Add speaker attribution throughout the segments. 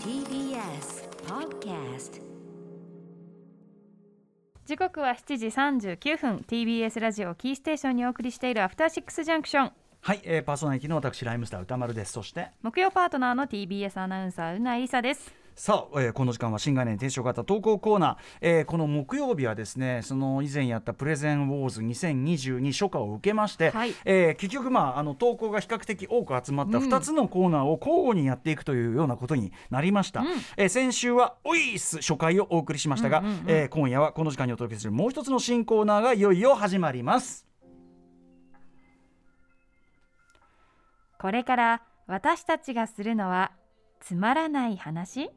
Speaker 1: TBS Podcast
Speaker 2: 時刻は7時39分 TBS ラジオキーステーションにお送りしているアフターシックスジャンクション
Speaker 3: はい、えー、パーソナリティの私ライムスター歌丸ですそして
Speaker 2: 木曜パートナーの TBS アナウンサーうなえりさです
Speaker 3: さあ、えーこの時間は新概念提唱型投稿コーナー、えーこの木曜日はですねその以前やったプレゼンウォーズ2022初夏を受けまして、
Speaker 2: はい
Speaker 3: えー結局まああの投稿が比較的多く集まった2つのコーナーを交互にやっていくというようなことになりました、えー先週は「オイース!」初回をお送りしましたが、えー今夜はこの時間にお届けするもう一つの新コーナーがいよいよ始まります
Speaker 2: これから私たちがするのはつまらない話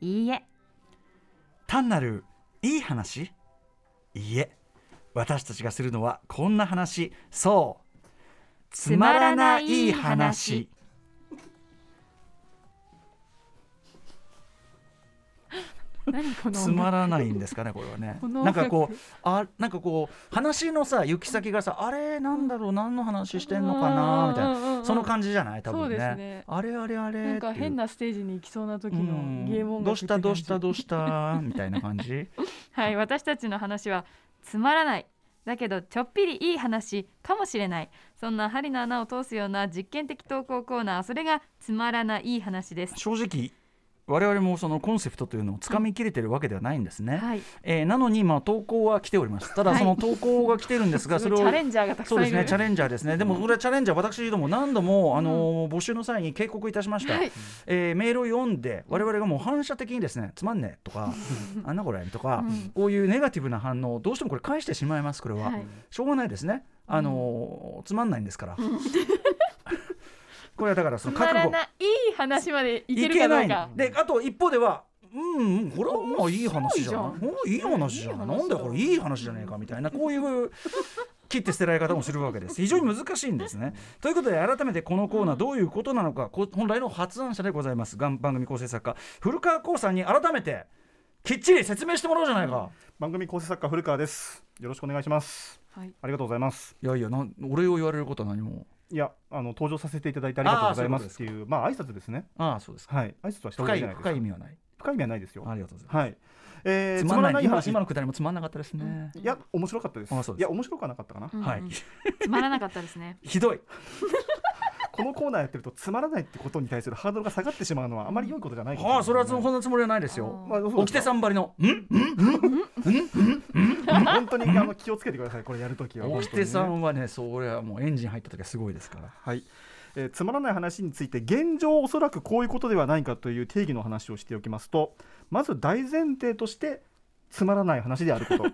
Speaker 2: いいえ
Speaker 3: 単なるいい話いいえ私たちがするのはこんな話そうつまらないい 話
Speaker 2: 何こ
Speaker 3: つまらないんですかねこれ はねなんかこうあなんかこう話のさ行き先がさあれなんだろう何の話してんのかなみた
Speaker 4: うんうん
Speaker 3: いうなんその感じじゃない多
Speaker 4: そ
Speaker 3: 分
Speaker 4: うで
Speaker 3: ね
Speaker 4: すね
Speaker 3: あれあれあれ
Speaker 4: なんか
Speaker 3: っていう
Speaker 4: 変なステージに行きそうな時の
Speaker 3: うん
Speaker 4: ゲーム音楽
Speaker 3: どうしたどうした
Speaker 4: って感
Speaker 3: どうしたみたいな感じ
Speaker 2: はい私たちの話はつまらないだけどちょっぴりいい話かもしれないそんな針の穴を通すような実験的投稿コーナーそれがつまらないい話です
Speaker 3: 正直我々もそのコンセプトというのをつかみきれてるわけではないんですね、
Speaker 2: はい
Speaker 3: えーなのにまあ投稿は来ておりますただ
Speaker 2: はい
Speaker 3: その投稿が来てるんですが、
Speaker 4: じす
Speaker 3: それ
Speaker 4: ごい
Speaker 3: を
Speaker 4: チャレンジャーがたくさ
Speaker 3: そうんで
Speaker 4: い
Speaker 3: す
Speaker 4: る
Speaker 3: ね、チャレンジャーですね、でもこれはチャレンジャー、私ども何度も、あのー募集の際に警告いたしました、えーメールを読んで、我々がもう反射的にですね、つまんねえとか、あんなこれとか、
Speaker 2: うん
Speaker 3: こういうネガティブな反応をどうしてもこれ、返してしまいます、これは。
Speaker 4: はい
Speaker 3: しょうがないですね、あのーつまんないんですから。 これはだから、そ
Speaker 4: つ
Speaker 3: の
Speaker 4: ま
Speaker 3: 覚
Speaker 4: ら
Speaker 3: 悟
Speaker 4: ないい話までいける
Speaker 3: いけ
Speaker 4: か
Speaker 3: な
Speaker 4: どう
Speaker 3: い
Speaker 4: か
Speaker 3: のであと一方ではうんうんこれはまあいい話じゃんうんいい話じゃん
Speaker 4: いい話だ
Speaker 3: なんだよこれいい話じゃねえかみたいなこういう切って捨てられ方もするわけ です非常に難しいんですね。ということで改めてこのコーナーどういうことなのか、こ本来の発案者でございますがん番組構成作家古川光さんに改めてきっちり説明してもらおうじゃないか。
Speaker 5: 番組構成作家古川ですよろしくお願いします
Speaker 4: はい
Speaker 5: ありがとうございます
Speaker 3: いやいやなん俺を言われることは何も
Speaker 5: いやあの登場させていただいてありがとうございます
Speaker 3: あー
Speaker 5: っ
Speaker 3: そ
Speaker 5: ていうまあ挨拶ですね
Speaker 3: ああそうですか
Speaker 5: はい挨拶はした方
Speaker 3: 深
Speaker 5: がい
Speaker 3: い
Speaker 5: いじゃないですか
Speaker 3: 深い意味はない。
Speaker 5: 深い意味はないですよ
Speaker 3: ありがとうございます。
Speaker 5: はいえー
Speaker 3: つまらない今
Speaker 5: 話
Speaker 3: 今のくだりもつまんなかったですね。
Speaker 5: いや面白かったです
Speaker 3: あそうです
Speaker 5: いや面白くはなかったかな、
Speaker 2: うん
Speaker 3: はい、
Speaker 2: つまらなかったですね
Speaker 3: ひどい。
Speaker 5: このコーナーやってるとつまらないってことに対するハードルが下がってしまうのはあまり良いことじゃないかもし
Speaker 3: ああそれはそ
Speaker 5: そ
Speaker 3: のそんなつもりはないですよ。
Speaker 5: まあ、そう
Speaker 3: 沖手さんばりの「ん
Speaker 5: 本当にあの気をつけてくださいこれやるときは
Speaker 3: 沖手さんはねそれはもうエンジン入った時はすごいですから
Speaker 5: はいえーつまらない話について現状おそらくこういうことではないかという定義の話をしておきますとまず大前提としてつまらない話であ ること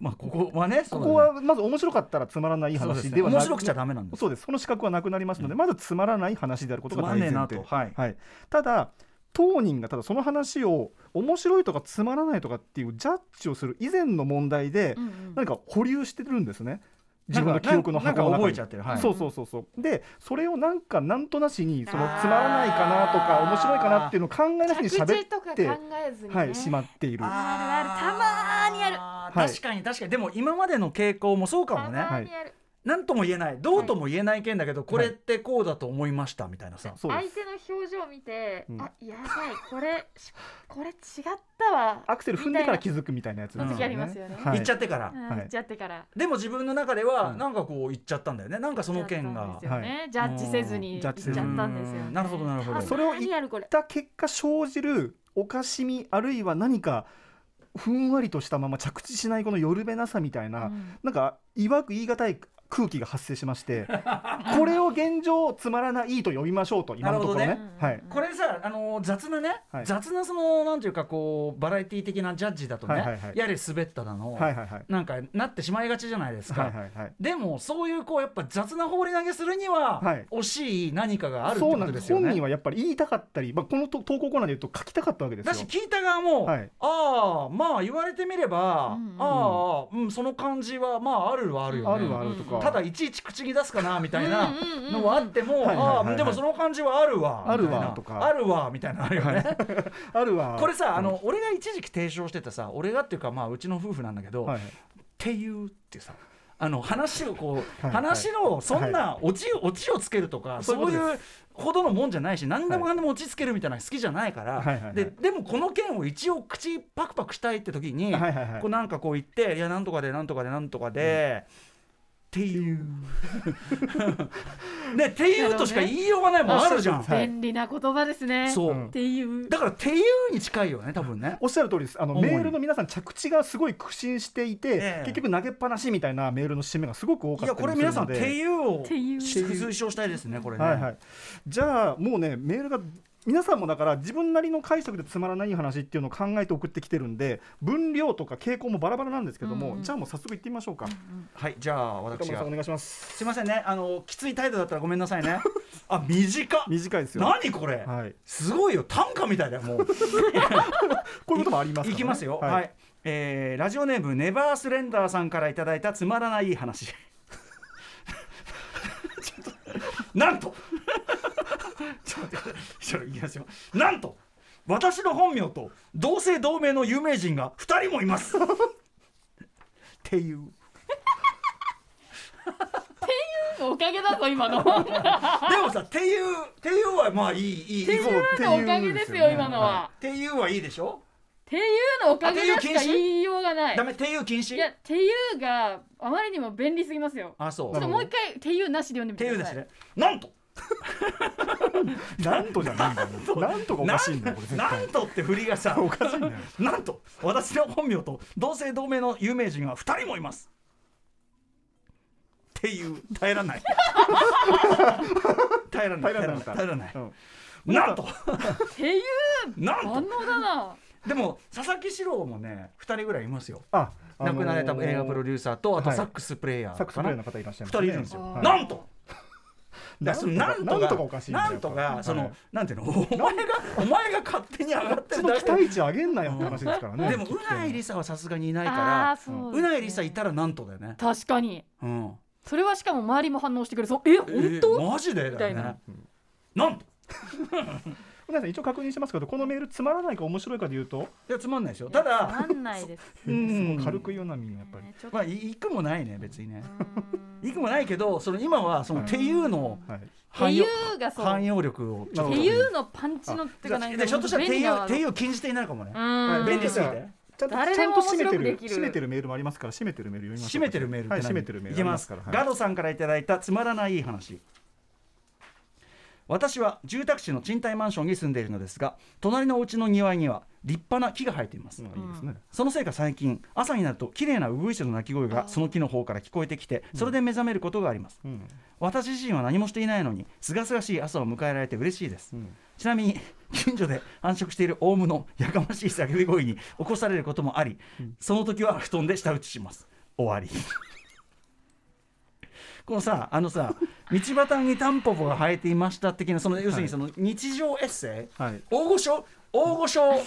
Speaker 3: まあここはね
Speaker 5: ここはまず面白かったらつまらない
Speaker 3: いい
Speaker 5: 話
Speaker 3: 話
Speaker 5: で
Speaker 3: で
Speaker 5: は
Speaker 3: は
Speaker 5: な
Speaker 3: 面
Speaker 5: い
Speaker 3: 白くちゃダメなんです
Speaker 5: そうですその資格はなくなりますので、まずつまらない話であること
Speaker 3: つ
Speaker 5: が
Speaker 3: ま
Speaker 5: 大
Speaker 3: んね
Speaker 5: 前
Speaker 3: えな
Speaker 5: 提
Speaker 3: とはい
Speaker 5: はい、ただ当人がただその話を面白いとかつまらないとかっていうジャッジをする以前の問題で
Speaker 2: うんうん
Speaker 5: 何か保留してるんですね自分の記憶の
Speaker 3: なんか
Speaker 5: 箱の
Speaker 3: なんか覚え
Speaker 5: 中に
Speaker 3: ちゃってるはい
Speaker 5: そうそうそうそうでそれをなんかなんとなしにそのつまらないかなとか
Speaker 3: あー
Speaker 5: 面白いかなっていうのを考えなしに
Speaker 4: 着
Speaker 5: 喋
Speaker 4: 地
Speaker 5: っ
Speaker 4: とか考
Speaker 5: て、
Speaker 4: えずにね、
Speaker 5: はい、しまっている
Speaker 2: あるあるたまーにある
Speaker 3: あ
Speaker 5: はい
Speaker 3: 確かに確かにでも今までの傾向もそうかもね
Speaker 5: はい
Speaker 4: にある
Speaker 3: 何とも言えないどうとも言えない件だけどこれってこうだと思いましたみたいなさ
Speaker 5: そうで
Speaker 4: 相
Speaker 5: す
Speaker 4: 手の表情を見て、
Speaker 5: うん
Speaker 4: あやばいこれしこれ違ったわ
Speaker 5: アクセル踏んでから気づくみたいなやつ
Speaker 4: みたいな
Speaker 3: うん
Speaker 4: 時ありますよね、
Speaker 5: はい
Speaker 3: 言っちゃってから
Speaker 4: うん
Speaker 5: はい
Speaker 4: 言っちゃってから
Speaker 3: でも自分の中では
Speaker 5: うん
Speaker 3: なんかこう言っちゃったんだよねなんかその件
Speaker 4: だったん
Speaker 3: が
Speaker 4: ですよねジャッジせずに
Speaker 5: ジ
Speaker 4: 言っ
Speaker 5: ャッジ
Speaker 4: ちゃ
Speaker 5: せ
Speaker 4: っ
Speaker 5: ず
Speaker 4: た
Speaker 5: に
Speaker 4: んですよ、
Speaker 3: う
Speaker 4: ね、
Speaker 3: んなるほどなるほど
Speaker 4: そ
Speaker 5: そ
Speaker 4: れ
Speaker 5: れ
Speaker 4: を
Speaker 5: を
Speaker 4: 言るこれ
Speaker 5: だ結果生じるおかしみあるいは何かふんわりとしたまま着地しないこのよるべなさみたいな、
Speaker 2: うん
Speaker 5: なんかいわく言い難い空気が発生しましてこれを現状つまらないと呼びましょうと今のところね
Speaker 3: なる
Speaker 2: ほどね
Speaker 5: はい、
Speaker 3: これさ、あのー雑なね、
Speaker 5: はい
Speaker 3: 雑なそのなんていうかこうバラエティ的なジャッジだとね、
Speaker 5: はいはいはい
Speaker 3: やれ滑っただの、
Speaker 5: はいはいはい
Speaker 3: なんかなってしまいがちじゃないですか。
Speaker 5: はいはいはい
Speaker 3: でもそういうこうやっぱ雑な放り投げするには、
Speaker 5: はい
Speaker 3: 惜しい何かがあるって
Speaker 5: そう
Speaker 3: こ
Speaker 5: なん
Speaker 3: と
Speaker 5: で
Speaker 3: ですすよね。
Speaker 5: 本人はやっぱり言いたかったり、まあ、このと投稿コーナーで言うと書きたかったわけですよ
Speaker 3: だし聞いた側も、
Speaker 5: はい
Speaker 3: ああまあ言われてみれば、
Speaker 2: うんうん
Speaker 3: ああ、うん、その感じはまああるはあるよね
Speaker 5: あるはあるとか、
Speaker 3: ただいちいち口に出すかなみたいなのはあっても、
Speaker 5: んうんうん
Speaker 3: あ
Speaker 5: はいはいはいは
Speaker 3: あ
Speaker 5: い
Speaker 3: でもその感じはあるわ
Speaker 5: ある
Speaker 3: み
Speaker 5: わ
Speaker 3: たいな
Speaker 5: とか
Speaker 3: あるわみたいなのあるよね。
Speaker 5: あるは
Speaker 3: これさあの、俺が一時期提唱してたさ俺がっていうかまあうちの夫婦なんだけど「
Speaker 5: はい
Speaker 3: っていう」ってさあの話をこう、
Speaker 5: はい
Speaker 3: 話のそんなオチ,、オチをつけるとか
Speaker 5: そういう
Speaker 3: そう
Speaker 5: ことです
Speaker 3: いうほどのもんじゃないし何でもかんでもオチつけるみたいなの好きじゃないから、
Speaker 5: はいはいはい
Speaker 3: ででもこの件を一応口パクパクしたいって時に、
Speaker 5: はいはいはい
Speaker 3: こうなんかこう言って「いやなんとかでなんとかでなんとかで」っていう。 ね、っていうとしか言いようがないもんあるじゃん。
Speaker 5: そうはい
Speaker 4: 便利な言葉ですね。
Speaker 3: そう、
Speaker 5: うん
Speaker 4: っていう。
Speaker 3: だから「ていう」に近いよね多分ね。
Speaker 5: おっしゃる通りですあの
Speaker 3: 主に
Speaker 5: メールの皆さん着地がすごい苦心していて、
Speaker 3: ええ
Speaker 5: 結局投げっぱなしみたいなメールの締めがすごく多
Speaker 3: い
Speaker 5: か
Speaker 3: や
Speaker 5: った
Speaker 3: こ
Speaker 5: り
Speaker 3: れ
Speaker 5: するので
Speaker 3: 皆さん「ていう」を
Speaker 2: ていう
Speaker 3: 推奨したいですねこれね。
Speaker 5: はいはい、じゃあもうねメールが皆さんもだから自分なりの解釈でつまらない話っていうのを考えて送ってきてるんで分量とか傾向もバラバラなんですけども、
Speaker 2: うんうん
Speaker 5: じゃあもう早速行ってみましょうか、
Speaker 3: はい、じゃあ
Speaker 5: 岡
Speaker 3: 私
Speaker 5: 村さ
Speaker 3: が
Speaker 5: んお願いします
Speaker 3: すいませんねあのきつい態度だったらごめんなさいね あ短っ
Speaker 5: 短いですよ
Speaker 3: 何これ、
Speaker 5: はい
Speaker 3: すごいよ短歌みたいだよもう
Speaker 5: こういうこともありますからね
Speaker 3: いきますよは、
Speaker 5: はいい、
Speaker 3: えーラジオネームネバースレンダーさんからいただいたつまらない話 ちょっとなんとちょっと待ってちょっといきますよなんと私の本名と同姓同名の有名人が2人もいます っていう
Speaker 4: おかげだぞ今の。お
Speaker 3: でもさ「ていう」「ていう」はまあいいいいいい
Speaker 5: そうっていう
Speaker 4: かげですよ今のは。
Speaker 3: っていうはいいでしょ
Speaker 4: っていうのおかげだしか
Speaker 3: あていう禁止
Speaker 4: 言いようがない
Speaker 3: ダ。メっていう禁止
Speaker 4: いやっていうがあまりにも便利すぎますよ。
Speaker 3: あそ
Speaker 4: ちょ
Speaker 3: う
Speaker 4: っともう一回っていうなしで読んでみ
Speaker 3: って
Speaker 4: て
Speaker 3: いう
Speaker 4: く
Speaker 3: で
Speaker 4: ださ
Speaker 3: す
Speaker 4: い。
Speaker 3: ねなんと
Speaker 5: なんとじゃないんだよ なんとがおかしいんだよこれ絶
Speaker 3: な
Speaker 5: 対
Speaker 3: んとって振りがさ
Speaker 5: おかしいんだよ
Speaker 3: なんと私の本名と同姓同名の有名人が2人もいますっていう耐えら ない耐えらない耐えら
Speaker 5: 平ら
Speaker 3: ない耐えらない
Speaker 5: うん
Speaker 3: なんと
Speaker 4: っていう
Speaker 3: なん
Speaker 4: 万
Speaker 3: と
Speaker 4: 能だな。
Speaker 3: でも佐々木史郎もね2人ぐらいいますよ
Speaker 5: あ、あの
Speaker 3: 亡
Speaker 5: ー
Speaker 3: くなられた映画プロデューサーとあと
Speaker 5: はい
Speaker 3: サックスプレイヤ
Speaker 5: サッ
Speaker 3: ー
Speaker 5: クスプ
Speaker 3: か
Speaker 5: レイヤ
Speaker 3: な
Speaker 5: ーの方いらっしゃい
Speaker 3: 2
Speaker 5: ます
Speaker 3: 人
Speaker 5: ね
Speaker 3: いるんですよ
Speaker 5: はい
Speaker 3: なんとだからその
Speaker 5: な
Speaker 3: なんんとが
Speaker 5: とがなんとがおかしいんだよ
Speaker 3: なんと
Speaker 5: やっぱ
Speaker 3: がそ
Speaker 5: はい
Speaker 3: のなんていうのお前がお前が勝手に上がって
Speaker 5: ち
Speaker 3: る
Speaker 5: ょっ
Speaker 3: だ
Speaker 5: と
Speaker 3: け
Speaker 5: 期待値上げんなよって話ですからね
Speaker 3: でもうないりさはさすがにいない
Speaker 4: あ
Speaker 3: か
Speaker 4: あそう
Speaker 3: ら
Speaker 4: ですね。
Speaker 3: うないりさいたらなんとだよね
Speaker 4: 確かに。
Speaker 3: うん
Speaker 4: それはしかも周りも反応してくれそう。え本
Speaker 3: え
Speaker 4: 当？
Speaker 3: ーマジで
Speaker 4: み
Speaker 3: だ
Speaker 4: たい
Speaker 3: よ
Speaker 4: な
Speaker 3: ねなんと
Speaker 5: 皆さん一応確認してますけどこのメールつまらないか面白いかで言うと、
Speaker 3: いやつまんないですよただ
Speaker 4: なんないです。
Speaker 3: うん
Speaker 5: 軽く言うなみんなやっぱり、
Speaker 4: ねちょっと
Speaker 3: まあいいくもないね別にね
Speaker 4: うーん
Speaker 3: いくもないけどその今はその
Speaker 5: はい
Speaker 3: ていうの
Speaker 5: はい、
Speaker 4: っ
Speaker 3: 汎
Speaker 4: て
Speaker 3: 用
Speaker 4: いうがそう。
Speaker 3: 汎用力をちょっと
Speaker 5: って
Speaker 4: っていうのパンチのって
Speaker 3: じ
Speaker 4: か
Speaker 3: ゃ
Speaker 4: なん
Speaker 3: あ
Speaker 4: か
Speaker 3: ひょっとしたらて
Speaker 4: 便利
Speaker 3: い
Speaker 4: な
Speaker 3: う
Speaker 4: ワー
Speaker 3: て
Speaker 4: ド
Speaker 3: いう禁じ手になるかもね
Speaker 4: うん
Speaker 3: 便利すぎ
Speaker 5: は
Speaker 3: て
Speaker 5: ちゃんと
Speaker 4: 誰
Speaker 5: ち
Speaker 4: で
Speaker 5: ゃん
Speaker 4: も
Speaker 5: と締めて
Speaker 4: 面白
Speaker 5: る
Speaker 4: くできる
Speaker 5: 締めてるメールもありますから締めてるメール読みましょ
Speaker 3: 締
Speaker 5: うか
Speaker 3: めてるメール
Speaker 5: はい
Speaker 3: って
Speaker 5: 締
Speaker 3: 何
Speaker 5: めてるメール
Speaker 3: いきます
Speaker 5: ありから、
Speaker 3: ガ
Speaker 5: はい、
Speaker 3: ドさんからいただいたつまらない話私は住宅地の賃貸マンションに住んでいるのですが隣のお家の庭には立派な木が生えています、
Speaker 5: うんいいですね、
Speaker 3: そのせいか最近朝になると綺麗なウグイスの鳴き声がその木の方から聞こえてきてそれで目覚めることがあります、
Speaker 5: うん
Speaker 3: 私自身は何もしていないのに清々しい朝を迎えられて嬉しいです、ちなみに近所で繁殖しているオウムのやかましい叫び声に起こされることもあり、その時は布団で舌打ちします終わり このさあのさ道端にタンポポが生えていました的なその要するにその日常エッセイ、
Speaker 5: はい
Speaker 3: 大御所大御所
Speaker 5: 大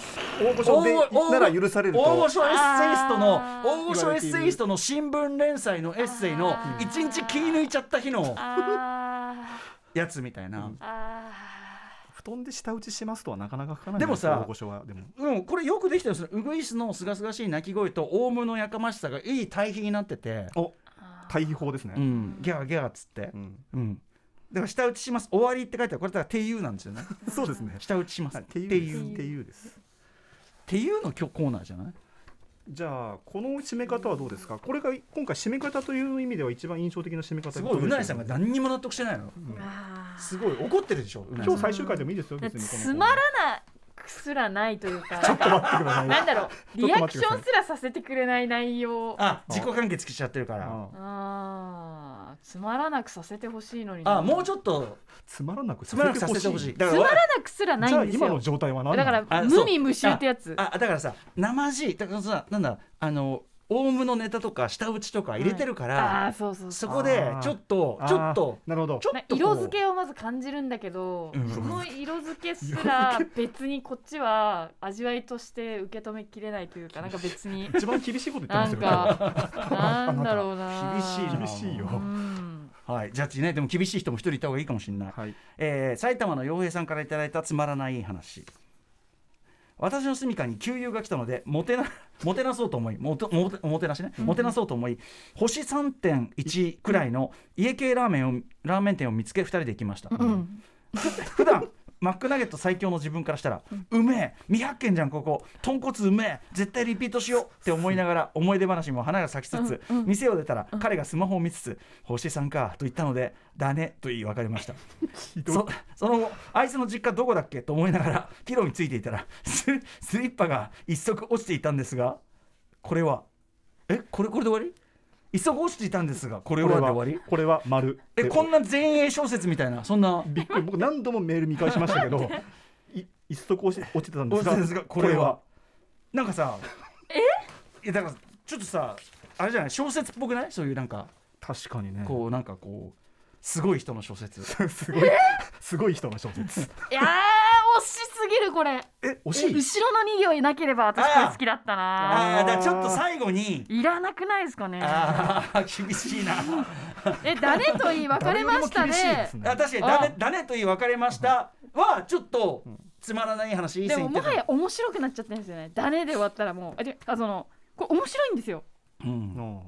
Speaker 5: 御所でなら許されると
Speaker 3: 大御所エッセイストの
Speaker 4: あー
Speaker 3: 大御所エッセイストの新聞連載のエッセイの
Speaker 4: あー
Speaker 3: 一日切り抜いちゃった日の
Speaker 4: あ
Speaker 3: やつみたいな、
Speaker 4: ーあ
Speaker 5: 布団で舌打ちしますとはなかなか書かない
Speaker 3: でもさ
Speaker 5: 大御所はでも
Speaker 3: うん、これよくできてるんですよウグイスのすがすがしい鳴き声とオウムのやかましさがいい対比になってて、
Speaker 5: お対比法です
Speaker 3: う
Speaker 5: ね、
Speaker 3: ん、ギャーギャーっつって
Speaker 5: う、ん
Speaker 3: うん、だから舌打ちします終わりって書いてあるこれだから「ていう」なんですよね
Speaker 5: そうですね
Speaker 3: 舌打ちします
Speaker 5: は
Speaker 3: っ
Speaker 5: い
Speaker 3: て
Speaker 5: て
Speaker 3: い
Speaker 5: いうう
Speaker 3: て
Speaker 5: て
Speaker 3: い
Speaker 5: いううっていうです
Speaker 3: の今日コーナーじゃない
Speaker 5: じゃあこの締め方はどうですかこれが今回締め方という意味では一番印象的な締め方
Speaker 3: すごいうなりさんが何にも納得してないの
Speaker 4: ーあ
Speaker 3: すごい怒ってるでしょうなり
Speaker 5: 今日
Speaker 3: さん
Speaker 5: 最終回でもいいですよ
Speaker 4: ー
Speaker 5: 別にこの
Speaker 4: つまらなくすらないという か
Speaker 5: ちょっと待ってください
Speaker 4: なんだろう
Speaker 5: ちょっ
Speaker 4: リ
Speaker 5: と
Speaker 4: ア
Speaker 5: 待っ
Speaker 4: ク
Speaker 5: て
Speaker 4: シ
Speaker 5: ください
Speaker 4: ョンすらさせてくれない内容あ
Speaker 3: あ自己完結しちゃってるから
Speaker 5: うん
Speaker 4: あーつまらなくさせてほしいのに
Speaker 3: あもう
Speaker 4: ょ
Speaker 3: ちょっと
Speaker 5: つまらなく
Speaker 3: つまらなくさせてほしいだ
Speaker 4: つ
Speaker 3: から
Speaker 4: まらなくすらない
Speaker 5: じゃあ
Speaker 4: んです
Speaker 5: 今の
Speaker 4: よ
Speaker 5: 状態は何な
Speaker 4: だ
Speaker 5: の
Speaker 4: から
Speaker 3: あそう
Speaker 4: 無味無臭ってやつ
Speaker 3: あだからさ生地だからさなんだあのオウムのネタとか舌打ちとか入れてるから、
Speaker 4: ああーそうそうそ
Speaker 3: そ
Speaker 4: う
Speaker 3: こでちょっとちょっと
Speaker 5: あーなるほど
Speaker 3: ちょ
Speaker 4: な
Speaker 3: っとこう
Speaker 4: 色付けをまず感じるんだけど、
Speaker 3: うん
Speaker 4: その色付けすら別にこっちは味わいとして受け止めきれないというかなんか別 に
Speaker 5: 一番厳しいこと言っ
Speaker 4: な
Speaker 5: てます
Speaker 4: ん
Speaker 5: よ今
Speaker 4: かなんだろうな
Speaker 3: 厳しいな
Speaker 5: 厳しいうよ
Speaker 4: ん
Speaker 3: はい、ジャッジね、でも厳しい人も一人いた方がいいかもしれない。
Speaker 5: 日はい
Speaker 3: えー埼玉の洋平さんからいただいたつまらない話。私の住処に給油が来たのでもてな もてなそうと思いもともてもてなしねもてなそうと思い、星3.1くらいの家系ラーメンをラーメン店を見つけ2人で行きました、
Speaker 4: うん
Speaker 3: 普段マックナゲット最強の自分からしたら、うめえ未発見じゃんここ豚骨うめえ絶対リピートしようって思いながら思い出話も花が咲きつつ、店を出たら、彼がスマホを見つつ「星さんか」と言ったので「だね」と言い別れ ましたそその後あいつの実家どこだっけと思いながら帰路についていたらススリッパが一足落ちていたんですがこれはえこれこれで終わり一足落ちていたんですがこれ
Speaker 5: こ
Speaker 3: は
Speaker 5: れ
Speaker 3: で終わ
Speaker 5: は
Speaker 3: り
Speaker 5: これは丸
Speaker 3: えこん
Speaker 5: な
Speaker 3: な前衛小説みたいなそんな
Speaker 5: びっくり僕何度もメール見返しました けどい一足落ち落ちてたんで
Speaker 3: 落ちてた
Speaker 5: すが
Speaker 3: んですがこれはなんかさえいやだからちょっとさあれじゃない小説っぽくないそういうなんか
Speaker 5: 確かにね
Speaker 3: こうなんかこうすごい人の小説
Speaker 5: すごいすごい人の小説
Speaker 4: いやー惜しすぎるこれ
Speaker 5: え惜
Speaker 4: 後ろ
Speaker 5: し
Speaker 4: の
Speaker 5: い
Speaker 4: 2行いなければ私これ好きだったな
Speaker 3: ああだからちょっと最後に
Speaker 4: いらなくないですかね
Speaker 3: ああ厳しいな
Speaker 4: え誰と言い別れました
Speaker 5: 誰にも厳しいで
Speaker 4: ね
Speaker 5: すね
Speaker 3: あ確かに
Speaker 4: あ
Speaker 3: だね「だね」と言い別れましたはちょっとつまらない話いい
Speaker 4: で
Speaker 3: 線
Speaker 4: も
Speaker 3: いって
Speaker 4: も
Speaker 3: た
Speaker 4: はや面白くなっちゃってるんですよね誰で終わったらもうあであそのこれ面白いんですよ
Speaker 3: うん
Speaker 5: うん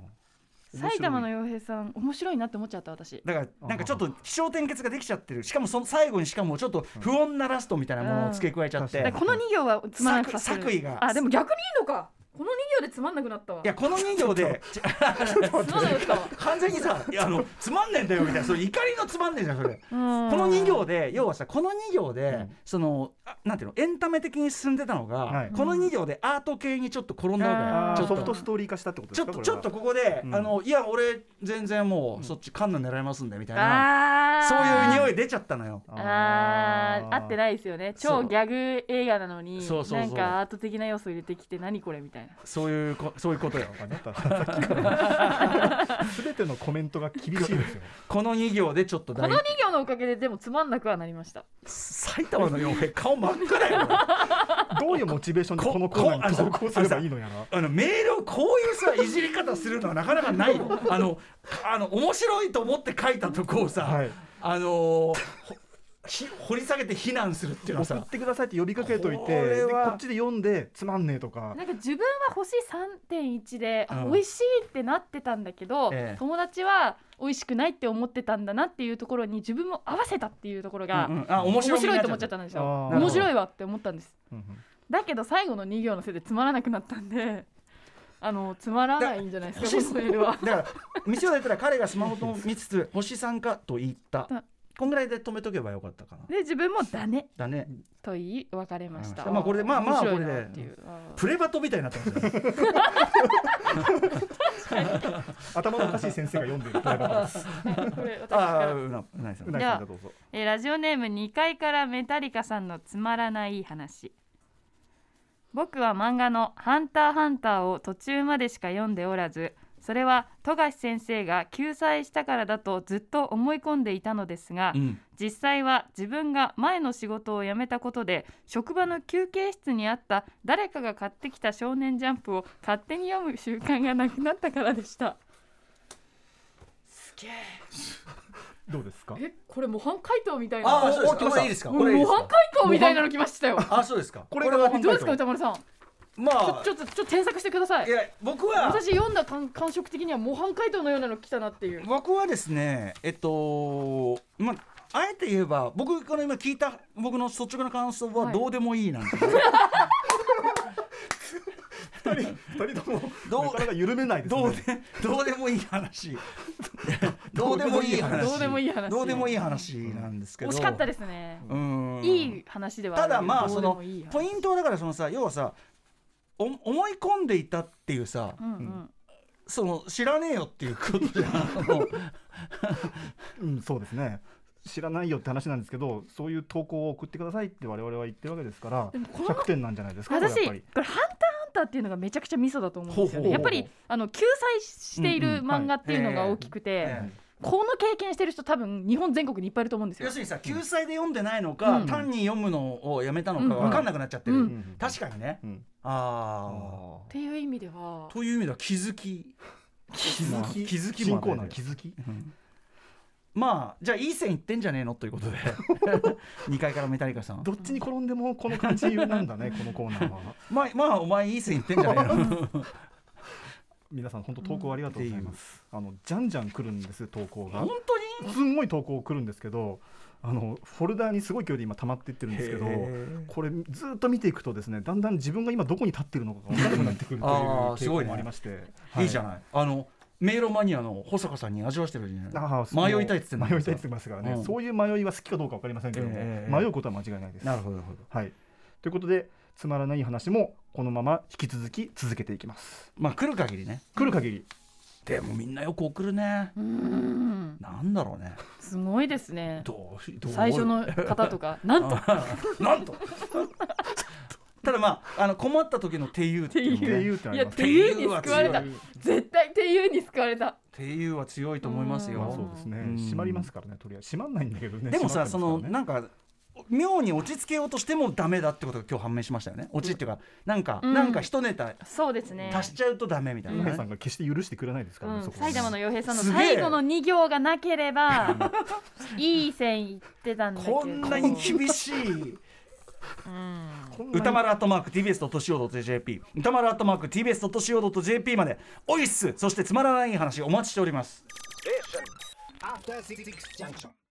Speaker 5: 白い
Speaker 4: 埼玉の洋平さん面白いなって思っちゃった私
Speaker 3: だからなんかちょっと気象転結ができちゃってるしかもその最後にしかもちょっと不穏なラストみたいなものを付け加えちゃって、
Speaker 5: うん
Speaker 4: だからこの2行はつまらなくさせる
Speaker 3: 作為が
Speaker 4: あでも逆にいいのかこの2行でつまんなくなったわ
Speaker 3: いやこの2行で
Speaker 4: つまんなくなったわ
Speaker 3: 完全にさいやあのつまんねえんだよみたいなそれ怒りのつまんねえじゃんそれ。
Speaker 4: うん
Speaker 3: この2行で要はさこの2行で、
Speaker 5: うん
Speaker 3: そのあなんていうのエンタメ的に進んでたのが、
Speaker 5: はい
Speaker 3: この2行でアート系にちょっと転んだ
Speaker 5: あ
Speaker 3: わ
Speaker 5: ー
Speaker 3: けよち
Speaker 5: ソ
Speaker 3: ょ
Speaker 5: フ
Speaker 3: っ
Speaker 5: ト
Speaker 3: と
Speaker 5: ストーリー化したってことで
Speaker 3: ちょ
Speaker 5: す
Speaker 3: っ
Speaker 5: か
Speaker 3: とちょっとここで、
Speaker 5: うん
Speaker 3: あのいや俺全然もうそっちカンヌ狙いますんでみたいな、
Speaker 4: あー
Speaker 3: そういう匂い出ちゃったのよ。
Speaker 4: あー合って
Speaker 5: い
Speaker 4: ないですよね
Speaker 3: そ
Speaker 4: 超
Speaker 3: う
Speaker 4: ギャグ映画なのに
Speaker 3: そうそう
Speaker 4: な
Speaker 3: そう
Speaker 4: んかアート的な要素入れてきて何これみたいな
Speaker 3: そういうこそういうことよ。
Speaker 5: あなたさっきから全てのコメントが厳しいですよ
Speaker 3: この2行でちょっと
Speaker 4: こ
Speaker 3: 大
Speaker 4: の2行のおかげででもつまんなくはなりました
Speaker 3: 埼玉の傭兵顔真っ赤だよ。
Speaker 5: どういうモチベーションでこのコーナーに投稿すればいいのやら
Speaker 3: あのメールをこういうさいじり方するのはなかなかないよ。あのあの面白いと思って書いたとこをさ、
Speaker 5: はい
Speaker 3: あのー、ほひ掘り下げて非難するっていうのは
Speaker 5: 送っ
Speaker 3: さ。
Speaker 5: てくださいって呼びかけとい
Speaker 3: こ
Speaker 5: て
Speaker 3: れ
Speaker 5: で
Speaker 3: は
Speaker 5: こっちで読んでつまんねえとか
Speaker 4: なんか自分は星3.1で、あ
Speaker 3: うん
Speaker 4: 美味しいってなってたんだけど、
Speaker 3: ええ
Speaker 4: 友達は美味しくないって思ってたんだなっていうところに自分も合わせたっていうところが、
Speaker 3: うんうんあ面
Speaker 4: 面白
Speaker 3: 白い
Speaker 4: いと思っちゃったんでしょ
Speaker 5: あー
Speaker 4: 面白いわって思ったんです
Speaker 5: うんうん
Speaker 4: だけど最後の2行のせいでつまらなくなったんであのつまらないんじゃないですかこのメー ルは
Speaker 3: だから店を出たら彼がスマホと見つつ星さんかと言った
Speaker 4: だ。
Speaker 3: こんぐらいで止めとけばよかったかな。
Speaker 4: で自分も「だね
Speaker 3: だね。」
Speaker 4: と言い別れました、
Speaker 3: まあこれでまあまあ
Speaker 4: 面白いなっていうあー
Speaker 3: プレバトみたいになってますね。
Speaker 5: 頭のおかしい先生が読んでるドラマで す
Speaker 4: こ れ私か
Speaker 3: ああ
Speaker 4: ら
Speaker 3: うなうないさ。
Speaker 5: うんなぎさんがどうぞ
Speaker 2: えーラジオネーム2階からメタリカさんのつまらない話僕は漫画の「ハンターハンター」を途中までしか読んでおらずそれは富樫先生が救済したからだとずっと思い込んでいたのですが
Speaker 3: うん。
Speaker 2: 実際は自分が前の仕事を辞めたことで職場の休憩室にあった誰かが買ってきた「少年ジャンプ」を勝手に読む習慣がなくなったからでした。
Speaker 5: どうですか
Speaker 4: えこれ模範解答みたいな
Speaker 3: ああそうです
Speaker 5: お
Speaker 3: か。
Speaker 5: お
Speaker 3: これいいですか。
Speaker 4: も
Speaker 3: こ
Speaker 4: う
Speaker 3: れい
Speaker 4: 模
Speaker 3: いです
Speaker 4: 範
Speaker 3: か。
Speaker 4: 解答みたいなの来ましたよ
Speaker 3: あそうですか。
Speaker 5: これが
Speaker 4: どうですか
Speaker 5: 本
Speaker 4: 歌丸さん
Speaker 3: まあ
Speaker 4: ちょっとちょっと添削してくださ
Speaker 3: い
Speaker 4: い
Speaker 3: や僕は
Speaker 4: 私読んだ感感触的には模範解答のようなの来たなっていう
Speaker 3: 僕はですねえっとまああえて言えば僕から今聞いた僕の率直な感想は
Speaker 4: はい
Speaker 3: どうでもいいなんて、
Speaker 5: 二人とも
Speaker 3: どう
Speaker 5: なかなか緩めないですね
Speaker 3: どうでどうでもいい 話どうでもいい話
Speaker 4: どうでもいい話
Speaker 3: どうでもいい話なんですけど
Speaker 4: 惜しかったですね
Speaker 3: うん
Speaker 4: いい話ではあ
Speaker 3: た
Speaker 4: るけど
Speaker 3: だまあ
Speaker 4: ど
Speaker 3: そう
Speaker 4: で
Speaker 3: の
Speaker 4: もいい話
Speaker 3: ポイントはだからそのさ要はさお思い込んでいたっていうさ
Speaker 4: うんうん
Speaker 3: その知らねえよっていうことじゃ んあの
Speaker 5: うんそうですね知らないよって話なんですけどそういう投稿を送ってくださいって我々は言ってるわけですから
Speaker 4: でもこの
Speaker 5: 100点なんじゃないですかこれやっ
Speaker 4: 私
Speaker 5: ぱ
Speaker 4: こ
Speaker 5: り
Speaker 4: れ「ハンターハンター」っていうのがめちゃくちゃミソだと思うんですよね
Speaker 3: ほうほうほう
Speaker 4: やっぱりあの救済している
Speaker 5: うんうんはい
Speaker 4: 漫画っていうのが大きくて、
Speaker 3: ええ
Speaker 4: この経験してる人多分日本全国にいっぱいいると思うんです
Speaker 3: 要
Speaker 4: よ
Speaker 3: するにさ救済で読んでないのか、
Speaker 4: うん
Speaker 3: 単に読むのをやめたのか分かんなくなっちゃってる、
Speaker 4: うん
Speaker 5: うん
Speaker 3: 確かにね
Speaker 5: うん
Speaker 3: ああ
Speaker 4: っていう意味では
Speaker 3: という意味では気づき
Speaker 5: 気づき
Speaker 3: 気づきも
Speaker 5: 新
Speaker 3: ある
Speaker 5: コ
Speaker 3: よ
Speaker 5: ーナー気づき
Speaker 3: うんまあじゃあいい線いってんじゃねえのという ことで2階からメタリカさん
Speaker 5: どっちに転んでもこの感じなんだねこのコーナーは
Speaker 3: まあまあお前いい線いってんじゃ ねえの
Speaker 5: 皆さん本当投稿ありがとうございます、あのじゃんじゃん来るんです投稿が
Speaker 3: 本当に
Speaker 5: すんごい投稿来るんですけどあのフォルダーにすごい勢いで今溜まっていってるんですけど
Speaker 3: へー
Speaker 5: これずっと見ていくとですねだんだん自分が今どこに立ってるのかが分からなくなってくるという
Speaker 3: あーす
Speaker 5: 傾
Speaker 3: ご
Speaker 5: 向
Speaker 3: いね
Speaker 5: もありまして、
Speaker 3: いいじゃ
Speaker 5: い
Speaker 3: ないあの迷路マニアの保坂さんに味わしてるじゃない
Speaker 5: あーそう
Speaker 3: 迷いたいっつってんだ
Speaker 5: 迷いたいって言ってますからね、
Speaker 3: うん
Speaker 5: そういう迷いは好きかどうか分かりませんけども、
Speaker 3: えー
Speaker 5: 迷うことは間違いないです。
Speaker 3: なるほどなるほど
Speaker 5: はい、ということでつまらない話もこのまま引き続き続けていきます。
Speaker 3: まあ来る限りね
Speaker 5: 来る限り
Speaker 3: でもみんなよく送るね
Speaker 4: うん
Speaker 3: なんだろうね
Speaker 4: すごいですね
Speaker 3: どうしどう
Speaker 4: 最初の方と かなんと
Speaker 3: な んとただまああの困った時の手優っていう
Speaker 5: って
Speaker 3: のもね
Speaker 5: いうってあ
Speaker 4: い
Speaker 5: り
Speaker 4: や
Speaker 5: ます
Speaker 4: 手湯に
Speaker 5: ね。
Speaker 4: 救われ
Speaker 3: 手湯は
Speaker 4: た
Speaker 3: 強
Speaker 4: 絶対手湯に救われた
Speaker 3: 手優は強いと思います
Speaker 5: まあ
Speaker 3: よ
Speaker 5: そうですね
Speaker 3: うん
Speaker 5: 閉まりますからねとりあえず閉まんないんだけどね
Speaker 3: でもさ、そ
Speaker 5: 閉ま
Speaker 3: の
Speaker 5: ってますから
Speaker 3: な
Speaker 5: ね
Speaker 3: んか妙に落ち着けようとしてもダメだってことが今日判明しましたよね落ちっていうかなんか、
Speaker 4: うん
Speaker 3: なんか一ネタ
Speaker 4: そうですね
Speaker 3: 足しちゃうとダメみたいな、
Speaker 5: 上
Speaker 3: ね
Speaker 5: 原さんが決して許してくれないですからね、
Speaker 4: うん
Speaker 5: そこは
Speaker 4: 埼玉の洋平さんの
Speaker 3: すげえ
Speaker 4: 最後の2行がなければいい線いってたんだけど
Speaker 3: こんなに厳しい
Speaker 4: うん
Speaker 5: こんなに
Speaker 3: 歌丸アットマーク TBS としお .jp 歌丸アットマーク TBS としお .jp までおいっすそしてつまらない話お待ちしております
Speaker 6: After Six Junction.